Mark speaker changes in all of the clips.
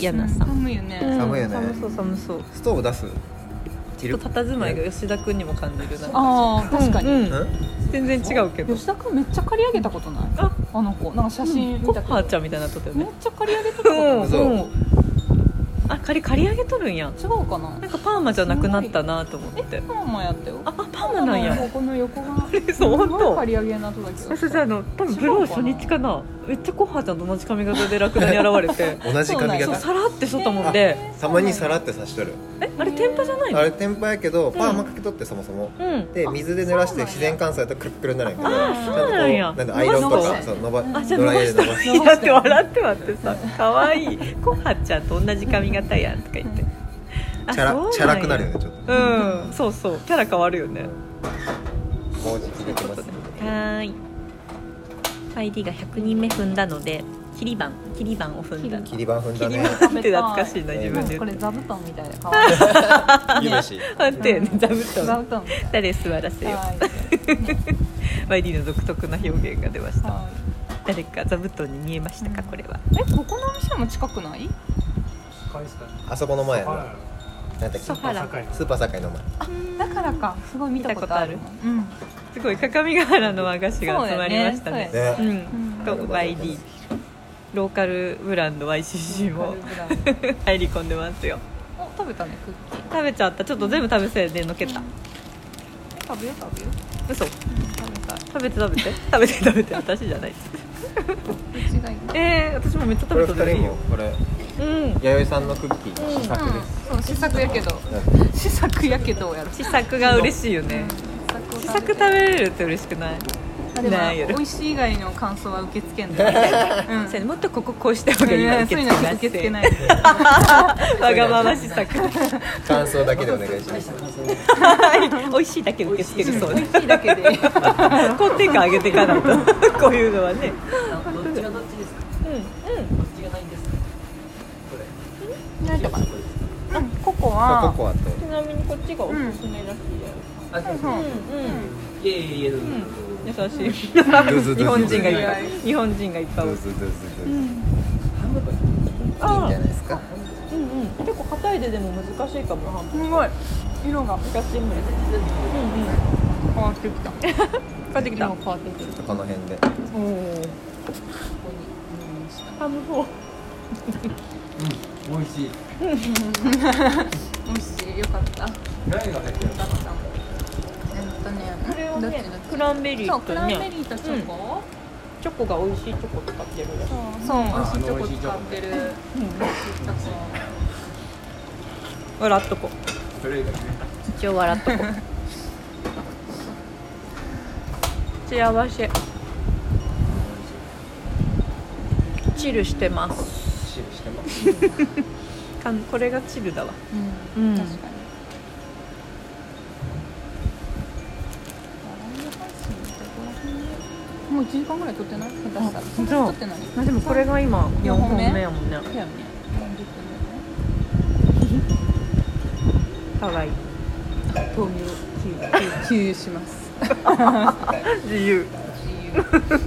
Speaker 1: 嫌なさ、
Speaker 2: 寒いよね、
Speaker 1: うん
Speaker 3: 寒いよね
Speaker 1: 寒そう寒そう
Speaker 3: ストーブ出すい
Speaker 1: ちょっと佇まいが吉田君にも感じるなんか
Speaker 2: ああ確かに、
Speaker 1: うん
Speaker 3: うん
Speaker 1: 全然違うけど
Speaker 2: 吉田君めっちゃ刈り上げたことない
Speaker 1: あ
Speaker 2: あの子なんか写真見
Speaker 1: コ
Speaker 2: た
Speaker 1: ッ
Speaker 2: け
Speaker 1: パ
Speaker 2: ど、
Speaker 1: ーちゃんみたいになっとったよ
Speaker 2: めっ
Speaker 1: ね
Speaker 2: ちゃ刈り上げたこと
Speaker 1: う
Speaker 2: ない、
Speaker 1: ん
Speaker 2: 違
Speaker 3: 嘘
Speaker 1: うんあ借り借り上げとるんや
Speaker 2: うかな
Speaker 1: なんかパーマじゃなくなったなと思って
Speaker 2: パーマやったよ
Speaker 1: ああパーマなん
Speaker 2: こ
Speaker 1: や
Speaker 2: この横が
Speaker 1: えそう
Speaker 2: すごい
Speaker 1: 本当
Speaker 2: 刈り上げになっただけど
Speaker 1: 私じゃあの多分ブロー初日かなめっちゃコッハーちゃんと同じ髪型でラクダに現れて
Speaker 3: 同じ髪
Speaker 1: そう
Speaker 3: 型
Speaker 1: さらってしとったもんで
Speaker 3: たまにさらってさしとる
Speaker 1: えあれ天パじゃないの
Speaker 3: あれ天パやけどパーマかけとってそもそも
Speaker 1: うん
Speaker 3: で水で濡らして自然乾燥やとクルックルになるんやけど
Speaker 2: あ
Speaker 3: ち
Speaker 2: そ
Speaker 3: ゃ
Speaker 2: うん
Speaker 3: とこ
Speaker 1: なんや
Speaker 3: うなんだアイロンと
Speaker 2: 伸ば
Speaker 3: か
Speaker 2: して
Speaker 3: そう伸ば
Speaker 1: あじゃあ
Speaker 3: ドライヤーで伸ばして
Speaker 1: いやだって笑って待ってさ可愛いコッハーちゃんと同じ髪型やんとか言ってあ
Speaker 3: チ
Speaker 1: そ
Speaker 3: ャ
Speaker 1: うなん
Speaker 3: ラ
Speaker 1: や
Speaker 3: チャラくなるよねちょっと
Speaker 1: うんそうそうキャラ変わるよね
Speaker 3: もうじきできます
Speaker 1: はーい ID が100人目踏んだので切り板切り板を踏んだ
Speaker 3: 切り板踏んだね
Speaker 1: なんて懐かしいな自分で
Speaker 2: こ
Speaker 1: 言
Speaker 2: れ
Speaker 1: って
Speaker 2: 座布団みたいで 可愛い
Speaker 3: ゆめし
Speaker 1: あってよね座布
Speaker 2: 座
Speaker 1: 団
Speaker 2: 布団み
Speaker 1: 誰座らせ
Speaker 2: たい
Speaker 1: よ
Speaker 2: は
Speaker 1: YD の独特な表現が出まし
Speaker 2: い
Speaker 1: た
Speaker 2: は
Speaker 1: 誰か座布団に見えましたか
Speaker 2: うん
Speaker 1: これは
Speaker 2: えここのお店も近くない
Speaker 3: あそこの前やな
Speaker 4: は
Speaker 3: なんだっけ
Speaker 1: ソハラ
Speaker 4: い
Speaker 3: スーパー堺の前
Speaker 2: だからかすごい見たことある
Speaker 1: 見た
Speaker 2: うん
Speaker 1: すごい各務原の和菓子が集まりました
Speaker 2: そう
Speaker 1: ね
Speaker 2: だ
Speaker 1: う
Speaker 3: ね
Speaker 1: んと
Speaker 3: うん
Speaker 1: YD ローカルブランド YCC も入り込んでますよ
Speaker 2: お食べたねクッキー
Speaker 1: 食べちゃったちょっと全部食べせいでのけた
Speaker 2: え食べよう食べよ
Speaker 1: 嘘
Speaker 2: う食べたい
Speaker 1: 食べて食べ て食べて食べて私じゃないです
Speaker 2: うちがいい
Speaker 1: えー、私もめっちゃ
Speaker 3: こ
Speaker 1: 食
Speaker 3: れ
Speaker 1: べた
Speaker 3: 二
Speaker 1: で
Speaker 3: 人
Speaker 1: いい
Speaker 3: も
Speaker 1: よ
Speaker 3: これ
Speaker 1: うん
Speaker 3: 弥生さんのクッキーの試作で
Speaker 2: うん、そう試作やけど試
Speaker 3: す
Speaker 2: 作やけどやろ
Speaker 1: 試作が嬉しいよね試作食べれるって嬉しくない、
Speaker 2: な
Speaker 1: ないい
Speaker 2: よ
Speaker 1: よ
Speaker 2: 美味しい以外の感想は受け付けん で、う
Speaker 1: そ
Speaker 2: ん、
Speaker 1: うやねもっとこここうした方がいいわ
Speaker 2: そういうのは受け付けない
Speaker 1: わがまま試作
Speaker 3: 感想だけでお願いします
Speaker 1: はい美味しいだけ受け付けるそうで
Speaker 2: 美味しいだ けで
Speaker 1: 肯定感上げていかないと こういうのはね
Speaker 5: どっちがどっちですか
Speaker 1: うん
Speaker 5: どっちがないんですか
Speaker 2: 何とかうんココ
Speaker 3: コ
Speaker 2: は
Speaker 3: コアと
Speaker 1: ちなみにこっちがおすすめらしいよ
Speaker 5: あ、そう
Speaker 2: う
Speaker 1: うん、
Speaker 2: ん
Speaker 5: いえいえいえどうぞ
Speaker 1: 優しい
Speaker 3: ズズズズ
Speaker 1: 日本人がいっぱい日本人がいっぱい
Speaker 3: ド
Speaker 1: おる
Speaker 3: ゥズドゥズドゥ
Speaker 5: ハンバーガー
Speaker 3: ズいいん
Speaker 1: あ
Speaker 3: じゃないですか
Speaker 1: ーうんうん結構硬いででも難しいかもハンバー
Speaker 2: すごい色が
Speaker 1: グ難しい無理うんうん
Speaker 2: 変わってきた
Speaker 1: 変わってきた変わって
Speaker 3: ちょっとこの辺で
Speaker 1: おおハムフォー
Speaker 4: 美味しい
Speaker 2: 美味しいよかったよ
Speaker 4: 何が入ってる
Speaker 2: かったえっとね
Speaker 1: これは
Speaker 2: どっち
Speaker 1: ね
Speaker 2: どっち
Speaker 1: クランベリ
Speaker 2: そ
Speaker 1: ー
Speaker 2: う
Speaker 1: と
Speaker 2: クランベリ
Speaker 1: ね
Speaker 2: ーとチョコ、
Speaker 1: チョコが美味しいチョコ使ってるやつ
Speaker 2: そう美
Speaker 4: あ
Speaker 2: 味しいチョ
Speaker 4: あの美味
Speaker 2: コ
Speaker 4: しいチ
Speaker 2: 使
Speaker 4: ョ
Speaker 2: っ
Speaker 4: コね
Speaker 2: てる、美味しいチョコ
Speaker 1: 笑っと こ
Speaker 4: それがね
Speaker 1: 一応笑っとこ幸せチルしてます
Speaker 3: シールしてます
Speaker 1: かんこれがチルだわ
Speaker 2: う
Speaker 1: うん
Speaker 2: ん、確かに。もう1時間ぐらい撮ってない下手したらそんなに撮ってない
Speaker 1: まあでもこれが今4本
Speaker 2: 四本目
Speaker 1: 目やもんね
Speaker 2: だよね
Speaker 1: かわいい豆乳
Speaker 2: 給油します
Speaker 1: 自由
Speaker 2: 自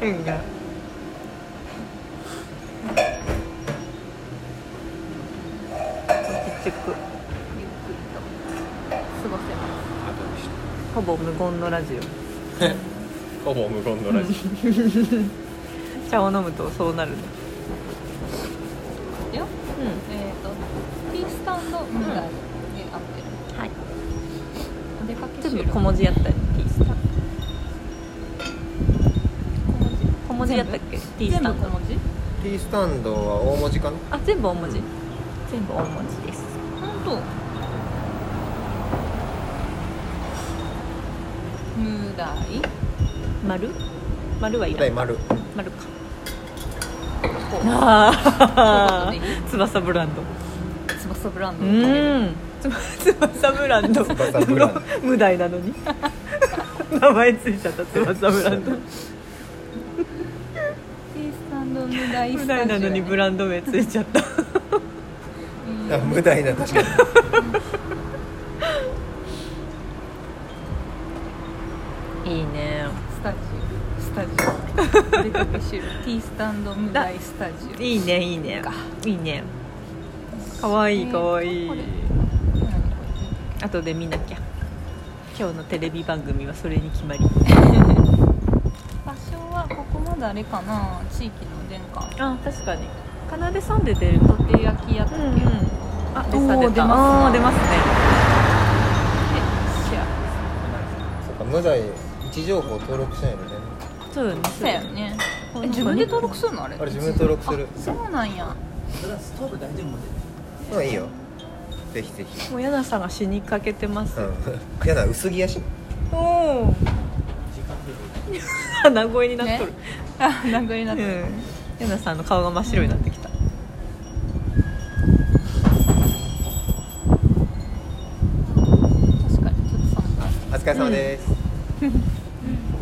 Speaker 1: 変が落ち着く
Speaker 2: 由ゆっくりと過ごせま
Speaker 1: ほぼ無言のラジオ
Speaker 3: ほぼ無言のラジ
Speaker 1: 茶を飲むとそうなるね
Speaker 2: すよえっ、とティースタンドみたいに合って
Speaker 1: うんはい
Speaker 2: るお出かけ
Speaker 1: 全
Speaker 2: 収
Speaker 1: 部
Speaker 2: 録
Speaker 1: 小文字やったよ T スタン小文字やったっけ T ス
Speaker 2: 全
Speaker 1: タ
Speaker 2: 部
Speaker 1: ンド
Speaker 2: 小文字
Speaker 3: オティースタンドは大文字かな
Speaker 1: あ全部大文字全部大文字です
Speaker 2: 本当。無題。
Speaker 1: 丸丸はいら
Speaker 3: 大
Speaker 1: ん
Speaker 3: 丸
Speaker 1: 丸か
Speaker 2: こう
Speaker 1: あ
Speaker 2: あ
Speaker 1: あ 翼ブランド
Speaker 2: 翼ブラン
Speaker 1: う
Speaker 2: ドの壁。
Speaker 1: ん翼ブランド
Speaker 3: 翼ブランド
Speaker 1: 無題なのに名前ついちゃった翼ブランド
Speaker 2: ティースタンド無題。
Speaker 1: 無題なのにブ
Speaker 2: ン
Speaker 1: ランド名ついちゃった
Speaker 3: あ無題な確かに
Speaker 1: いいね
Speaker 2: スタジオ。スタジお出かけしろ T スタンド無題スタジオ
Speaker 1: いいねいいねいいねかわいいかわいい
Speaker 2: これ何こ
Speaker 1: 後で見なきゃ今日のテレビ番組はそれに決まり
Speaker 2: れ場所はここまであれかな地域の玄関
Speaker 1: あ確かにかなでさんで出ると
Speaker 2: 土手焼きやったっけ、で
Speaker 1: あ
Speaker 2: おー
Speaker 1: 出
Speaker 2: 出ます
Speaker 1: まあー出ますね
Speaker 2: シェア
Speaker 3: そっか無罪位置情報登録しないとね
Speaker 1: そうよね
Speaker 2: そうやねえ自分で登録するのあれ
Speaker 3: あれ自分で登録する
Speaker 2: あそうなんや
Speaker 5: ただストーブ大丈夫持ってる
Speaker 3: まあいいよぜひぜひ
Speaker 1: もうやなさんが死にかけてます、
Speaker 3: うんやだ薄着やし
Speaker 1: おお鼻声になっとる、
Speaker 2: あ殴りなってる
Speaker 1: うん、やなさんの顔が真っ白になってきた、
Speaker 2: 確かにちょっと寒かっ
Speaker 3: お疲れ様です、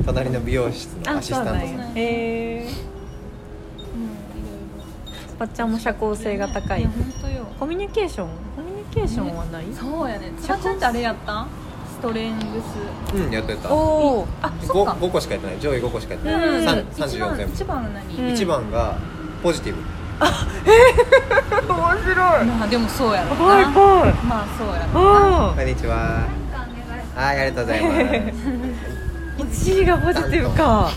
Speaker 3: 隣の美容室のアシスタントさん
Speaker 2: んや
Speaker 1: へえ
Speaker 2: たうん
Speaker 1: スパちゃんも社交性が高い、
Speaker 2: や本当よ
Speaker 1: コミュニケーションコミュニケーションはない、
Speaker 2: そうやねつばちゃんってあれやったストレングス
Speaker 3: うんやってた
Speaker 1: おお
Speaker 2: あそっ
Speaker 3: 五
Speaker 2: か
Speaker 3: 五個しかやってない上位五個しかやって
Speaker 2: う
Speaker 3: ない、
Speaker 2: ん
Speaker 3: 三三
Speaker 2: 一
Speaker 3: 十四
Speaker 2: 番
Speaker 3: 全
Speaker 2: 一番は何、
Speaker 1: うん
Speaker 3: 部一番がポジティブ
Speaker 2: まあでもそうやろ
Speaker 1: 怖い
Speaker 2: な
Speaker 1: 怖い
Speaker 2: まあそうやろ
Speaker 1: お
Speaker 3: こんにちははいありがとうございます
Speaker 1: お1位がポジティブか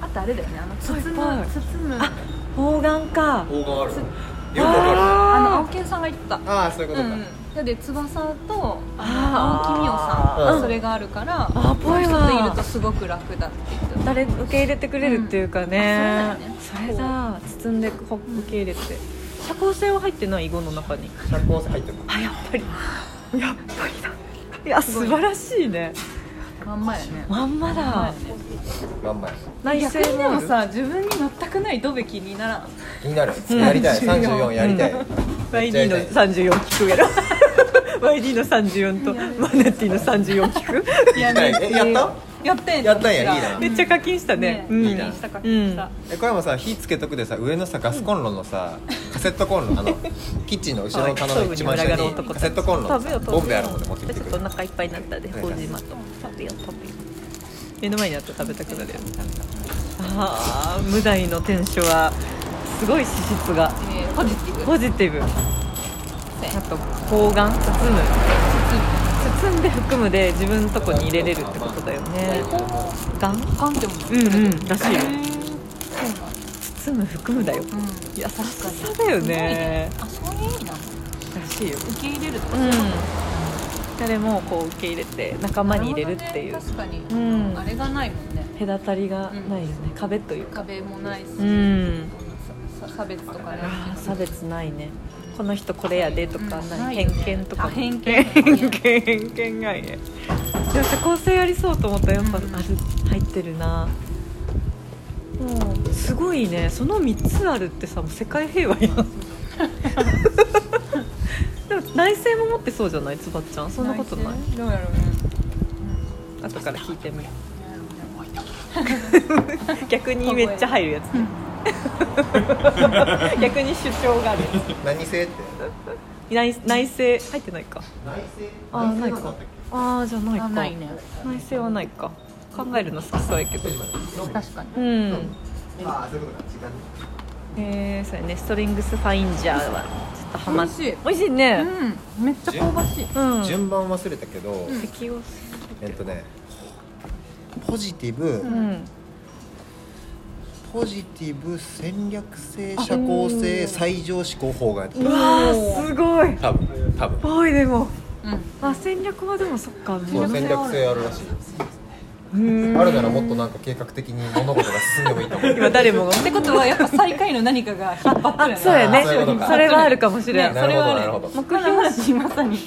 Speaker 2: あとあれだよねあの包
Speaker 1: いっ
Speaker 2: む
Speaker 1: ぱい
Speaker 2: 包むあ
Speaker 1: 方眼か
Speaker 3: 黄 金あるよくわかる
Speaker 2: の
Speaker 1: あ
Speaker 2: 青木さんが言ってた
Speaker 3: ああそういうこと
Speaker 2: う
Speaker 3: か、
Speaker 2: んだって翼と
Speaker 1: あー
Speaker 2: あの青木美桜さ
Speaker 3: うん
Speaker 2: んそれがあるから
Speaker 1: あーぽいわ
Speaker 2: この人といるとすごく楽だって言って
Speaker 1: ー
Speaker 2: た
Speaker 1: 誰受け入れてくれるっていうか
Speaker 2: うん
Speaker 1: ね
Speaker 2: あ、
Speaker 1: そ
Speaker 2: そうだよね
Speaker 1: れだ包んでこ受け入れて社交性は入ってない囲碁の中に
Speaker 3: 社交性入ってる
Speaker 1: あやっぱりやっぱりだいや素晴らしいね
Speaker 2: まんまやね
Speaker 1: まんま
Speaker 2: ま
Speaker 1: だ
Speaker 2: んまやね
Speaker 3: まんまや
Speaker 1: 内
Speaker 2: 逆
Speaker 1: 省
Speaker 2: にで
Speaker 1: もあ
Speaker 2: も
Speaker 1: る
Speaker 2: さ自分に全くないドベ気にならん
Speaker 3: 気になるやりたい三十四やりたい、めっちゃ
Speaker 1: YD
Speaker 3: やり
Speaker 1: の
Speaker 3: たい
Speaker 1: 34聞くや ろ YD の34とマナティの34聞 く
Speaker 2: い
Speaker 3: 行きたいえや
Speaker 2: やっ
Speaker 3: った
Speaker 2: たん
Speaker 3: やったん
Speaker 2: こち
Speaker 3: や
Speaker 2: ら
Speaker 3: いいな
Speaker 1: めっちゃ課金したね
Speaker 2: ね
Speaker 1: うん
Speaker 3: いいな
Speaker 2: したかした
Speaker 3: えこれもさ火つけとくでさ上のさガスコンロのさカセットコンロあのキッチンの後ろの棚の一番下にカセットコンロの
Speaker 1: 食べよ
Speaker 3: さ
Speaker 1: 食べよ
Speaker 3: ボンベあるもんで持ってきて
Speaker 1: ちょっ
Speaker 3: く
Speaker 1: とお
Speaker 3: れ
Speaker 1: 腹いっぱいになったで
Speaker 3: お願い
Speaker 1: コ
Speaker 3: します
Speaker 1: ージマと食べよ食べよ目の前にあったら食べたくなるよああ無題の店主はすごい資質が
Speaker 2: えーポジティブ
Speaker 1: ポジティブあと抗がん包む包んで含むで自分のとこに入れれるってことだよねがん
Speaker 2: あんでも
Speaker 1: うんうんらしいよ
Speaker 2: そう
Speaker 1: 包
Speaker 2: なんだ
Speaker 1: む含むだよ
Speaker 2: うん
Speaker 1: 優しさだよね
Speaker 2: あそういう意味なの
Speaker 1: らしいよ
Speaker 2: 受け入れるとか
Speaker 1: うん誰もこう受け入れて仲間に入れるっていう、
Speaker 2: なほどね確
Speaker 1: う
Speaker 2: か
Speaker 1: ん
Speaker 2: にあれがないもんね
Speaker 1: 隔たりがないよね、壁というか
Speaker 2: 壁もないし
Speaker 1: うん
Speaker 2: さ差別とかね
Speaker 1: あー差別ないねこの人これやでとか
Speaker 2: うん
Speaker 1: な、
Speaker 2: ないいよね
Speaker 1: 偏見とか
Speaker 2: あ偏見
Speaker 1: 偏見偏見ないねでも社交性ありそうと思ったらやっぱある、
Speaker 2: うん
Speaker 1: 入ってるなもうすごいねその3つあるってさもう世界平和やんでも内政も持ってそうじゃないつばっちゃんそんなことない
Speaker 2: 内省どうやろうね
Speaker 1: 後から聞いてみよう
Speaker 2: どうやろうね
Speaker 1: 逆にめっちゃ入るやつね 逆に主張 があるやつ
Speaker 3: 何性って
Speaker 1: 内内政入ってないか
Speaker 3: 内性
Speaker 1: あーないかあーじゃあないか
Speaker 2: あないね
Speaker 1: 内政はないか考えるの好きそうやけど
Speaker 2: 確かに
Speaker 1: うん
Speaker 3: ああそういうことか時間ね
Speaker 1: えー、そうやねストリングスファインジャーはちょっとハマっ
Speaker 2: 美味しい
Speaker 1: 美味しいね
Speaker 2: うんめっちゃ香ばしい
Speaker 1: うん、
Speaker 3: 順番忘れたけど、
Speaker 1: 適応す
Speaker 3: えっとねポジティブ、
Speaker 1: るうん
Speaker 3: ポジティブ戦略性社交性最上思考法がやって
Speaker 1: う
Speaker 3: た
Speaker 1: わーすごい
Speaker 3: 多分多分
Speaker 1: おいでも
Speaker 2: うん
Speaker 1: あ戦略はでもそっか
Speaker 3: そう戦略性あるらしいあるならもっとなんか計画的に物事が進んでもいいと思う
Speaker 1: 今誰もが
Speaker 2: ってことはやっぱ最下位の何かが引っ張ってる
Speaker 1: あ
Speaker 2: よね
Speaker 1: そうやね
Speaker 3: あーそういうことか
Speaker 1: それはあるかもしれん、
Speaker 3: なるほどなるほど
Speaker 1: 目
Speaker 2: ま
Speaker 1: 標
Speaker 2: だまだまさに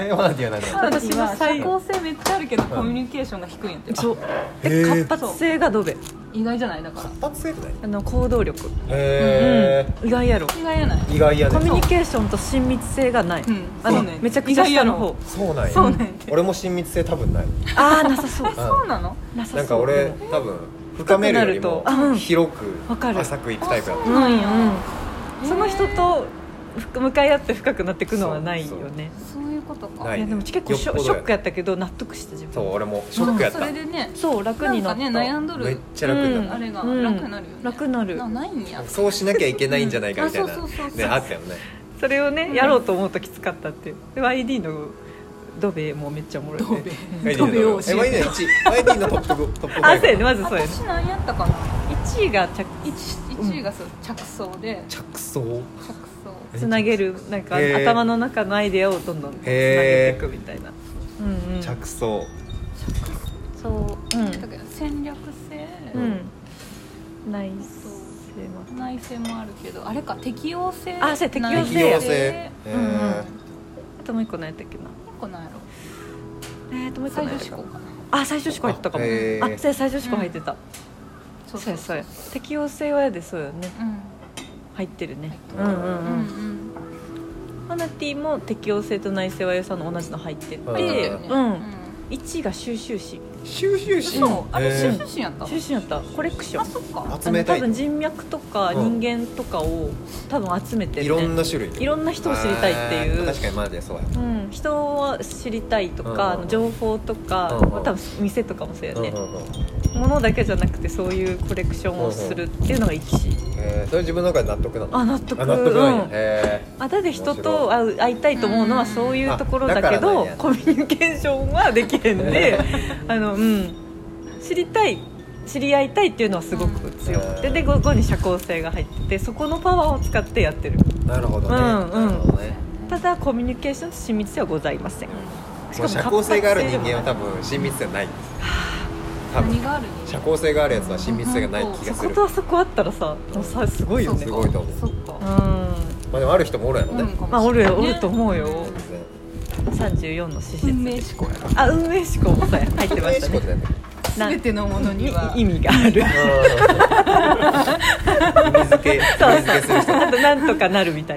Speaker 3: えまだって言わないの
Speaker 1: 私は
Speaker 2: 社交性めっちゃあるけどコミュニケーションが低いんやって
Speaker 1: そう
Speaker 3: へー
Speaker 1: 活発性がドベ
Speaker 2: 意外じゃないだから
Speaker 3: 活発性って何
Speaker 1: あの行動力、
Speaker 3: へ
Speaker 1: うん、意外やろ
Speaker 2: 意外やない
Speaker 3: え意外や
Speaker 1: コミュニ
Speaker 3: ね
Speaker 1: ケーションと親密性がない、
Speaker 2: うん
Speaker 1: あの
Speaker 2: そうね
Speaker 1: めちゃくちゃ下の方
Speaker 3: そうなん
Speaker 2: そうなん
Speaker 3: や
Speaker 2: や
Speaker 3: 俺も親密性多分ない
Speaker 1: ああなさそう
Speaker 2: えそうなの
Speaker 1: なさそう
Speaker 3: なんか俺多分深めるよりも
Speaker 1: 深くなるとあうん
Speaker 3: 広
Speaker 1: わかる
Speaker 3: く浅くいくタイプや
Speaker 1: う
Speaker 2: うんん
Speaker 1: う
Speaker 2: うんん
Speaker 1: その人とふく向かい合って深くなっていくのはないよね
Speaker 2: そういうことか
Speaker 3: ない
Speaker 1: いやでも結構シ
Speaker 3: よっ
Speaker 1: ョ
Speaker 3: ぽど
Speaker 1: シ
Speaker 3: や
Speaker 1: ョックやったけど納得した自分
Speaker 3: そう俺もショックやった
Speaker 2: まあそれでね
Speaker 1: そう楽になった
Speaker 2: んかね悩んどる
Speaker 3: めっちゃ楽にな
Speaker 1: う
Speaker 3: っ
Speaker 1: ん
Speaker 3: た
Speaker 2: あれが
Speaker 1: うん
Speaker 2: 楽になるよね、
Speaker 1: 楽になる
Speaker 2: なないんや
Speaker 3: そうしなきゃいけないんじゃないかみたいな
Speaker 2: うんあそうそうそうそう
Speaker 3: ねあったよね
Speaker 1: それをねやろうと思うときつかったっていうで YD のドベもめっちゃおもろいね
Speaker 3: 飛びを教えて YD のトップトップ
Speaker 1: あそうやね
Speaker 3: 5
Speaker 1: まずそうやね
Speaker 2: 私何やったかな
Speaker 1: 1位が着
Speaker 2: 1, 位がそう着想で
Speaker 3: 着想
Speaker 2: 着想
Speaker 1: つなげるなんか
Speaker 3: へー
Speaker 1: 頭の中のアイデアをどんどんつなげていくみたいな、うんうん、
Speaker 3: 着想
Speaker 1: そう
Speaker 2: だ
Speaker 1: う
Speaker 2: から戦略
Speaker 1: ん、
Speaker 2: 性、
Speaker 1: うん、内政も
Speaker 2: 内戦もあるけどあれか適応性
Speaker 1: あそうや適応性
Speaker 3: 適応性
Speaker 2: 内
Speaker 3: え
Speaker 1: うんうん
Speaker 3: ー
Speaker 1: あともう一個何やったっけな
Speaker 2: 一個なんやろ
Speaker 1: えー、ともう一個
Speaker 2: 最
Speaker 1: 何やっ
Speaker 2: 初
Speaker 1: たか
Speaker 2: 思考
Speaker 1: な
Speaker 2: かな
Speaker 1: あ最初思考入ったかも
Speaker 3: あ
Speaker 1: あ,、
Speaker 3: へー
Speaker 1: そうや最初思考入ってた、
Speaker 2: そう
Speaker 1: そ
Speaker 2: そうう
Speaker 1: やそうや適応性はやでそうよね
Speaker 2: う
Speaker 1: 入ってるねう
Speaker 3: 入
Speaker 1: んう
Speaker 3: って
Speaker 1: んうん
Speaker 2: ん、うん
Speaker 3: る
Speaker 2: うん
Speaker 1: マナティーも適応性と内政は良さの同じの入ってて、
Speaker 3: うん
Speaker 2: 入ってるよね
Speaker 1: う
Speaker 2: うんん
Speaker 1: 1位が収集誌
Speaker 3: 収集誌
Speaker 2: そうあれ
Speaker 3: えー
Speaker 2: 収集心やった
Speaker 1: 収集誌やったコレクション
Speaker 2: あそっか
Speaker 3: 集めた
Speaker 1: あの多分
Speaker 3: い
Speaker 1: 人脈とか人間とかを多分集めてる、ね、
Speaker 3: いろんな種類
Speaker 1: いろんな人を知りたいっていう
Speaker 3: あー確かにマジでそうや
Speaker 1: うん、人を知りたいと
Speaker 3: うんうんうん
Speaker 1: か、あの情報とか、
Speaker 3: うんうん
Speaker 1: まあ多分店とかもそうやね、
Speaker 3: うんうんうん
Speaker 1: 物だけじゃなくてそういうコレクションをするっていうのが一位、
Speaker 3: えーそれ自分の中で納得なの
Speaker 1: あ納得
Speaker 3: あ納得なん
Speaker 1: う
Speaker 3: や
Speaker 1: ん
Speaker 3: へ
Speaker 1: あだで人と会う会いたいと思うのはそういうところだけ
Speaker 3: うんあだからな
Speaker 1: ど、
Speaker 3: んや
Speaker 1: コミュニケーションはできへん であの、うん、知りたい知り合いたいっていうのはすごく強くて、
Speaker 3: うん
Speaker 1: で午後に社交性が入っててそこのパワーを使ってやってる
Speaker 3: ーなるほどね
Speaker 1: うんうん
Speaker 3: なるほどね
Speaker 1: ただコミュニケーションと親密性はございませんし
Speaker 3: もう社交性がある人間は多分親密性はない多分
Speaker 2: 何がある
Speaker 3: 社交性があるやつは親密性がない気が
Speaker 1: そ
Speaker 3: す
Speaker 1: こ
Speaker 3: る
Speaker 1: とあそこあったらさもうさすごいよね
Speaker 3: すごいと思う
Speaker 2: そっ
Speaker 1: う
Speaker 2: か
Speaker 1: ん
Speaker 3: まあでもある人もおるやろ
Speaker 2: う
Speaker 3: ね、
Speaker 2: んか
Speaker 1: まあ
Speaker 2: も
Speaker 1: お
Speaker 2: しれ
Speaker 1: る
Speaker 2: ない
Speaker 1: よおると思うよ
Speaker 3: 全然
Speaker 1: 34の施設
Speaker 2: 運命思考や
Speaker 1: あ運営思考もさ入ってましたね
Speaker 3: ね
Speaker 1: な
Speaker 2: 全てのものには
Speaker 1: 意味がある
Speaker 3: 意味付け意
Speaker 1: そう
Speaker 3: 味付けする人
Speaker 1: あとなんとかなるみたい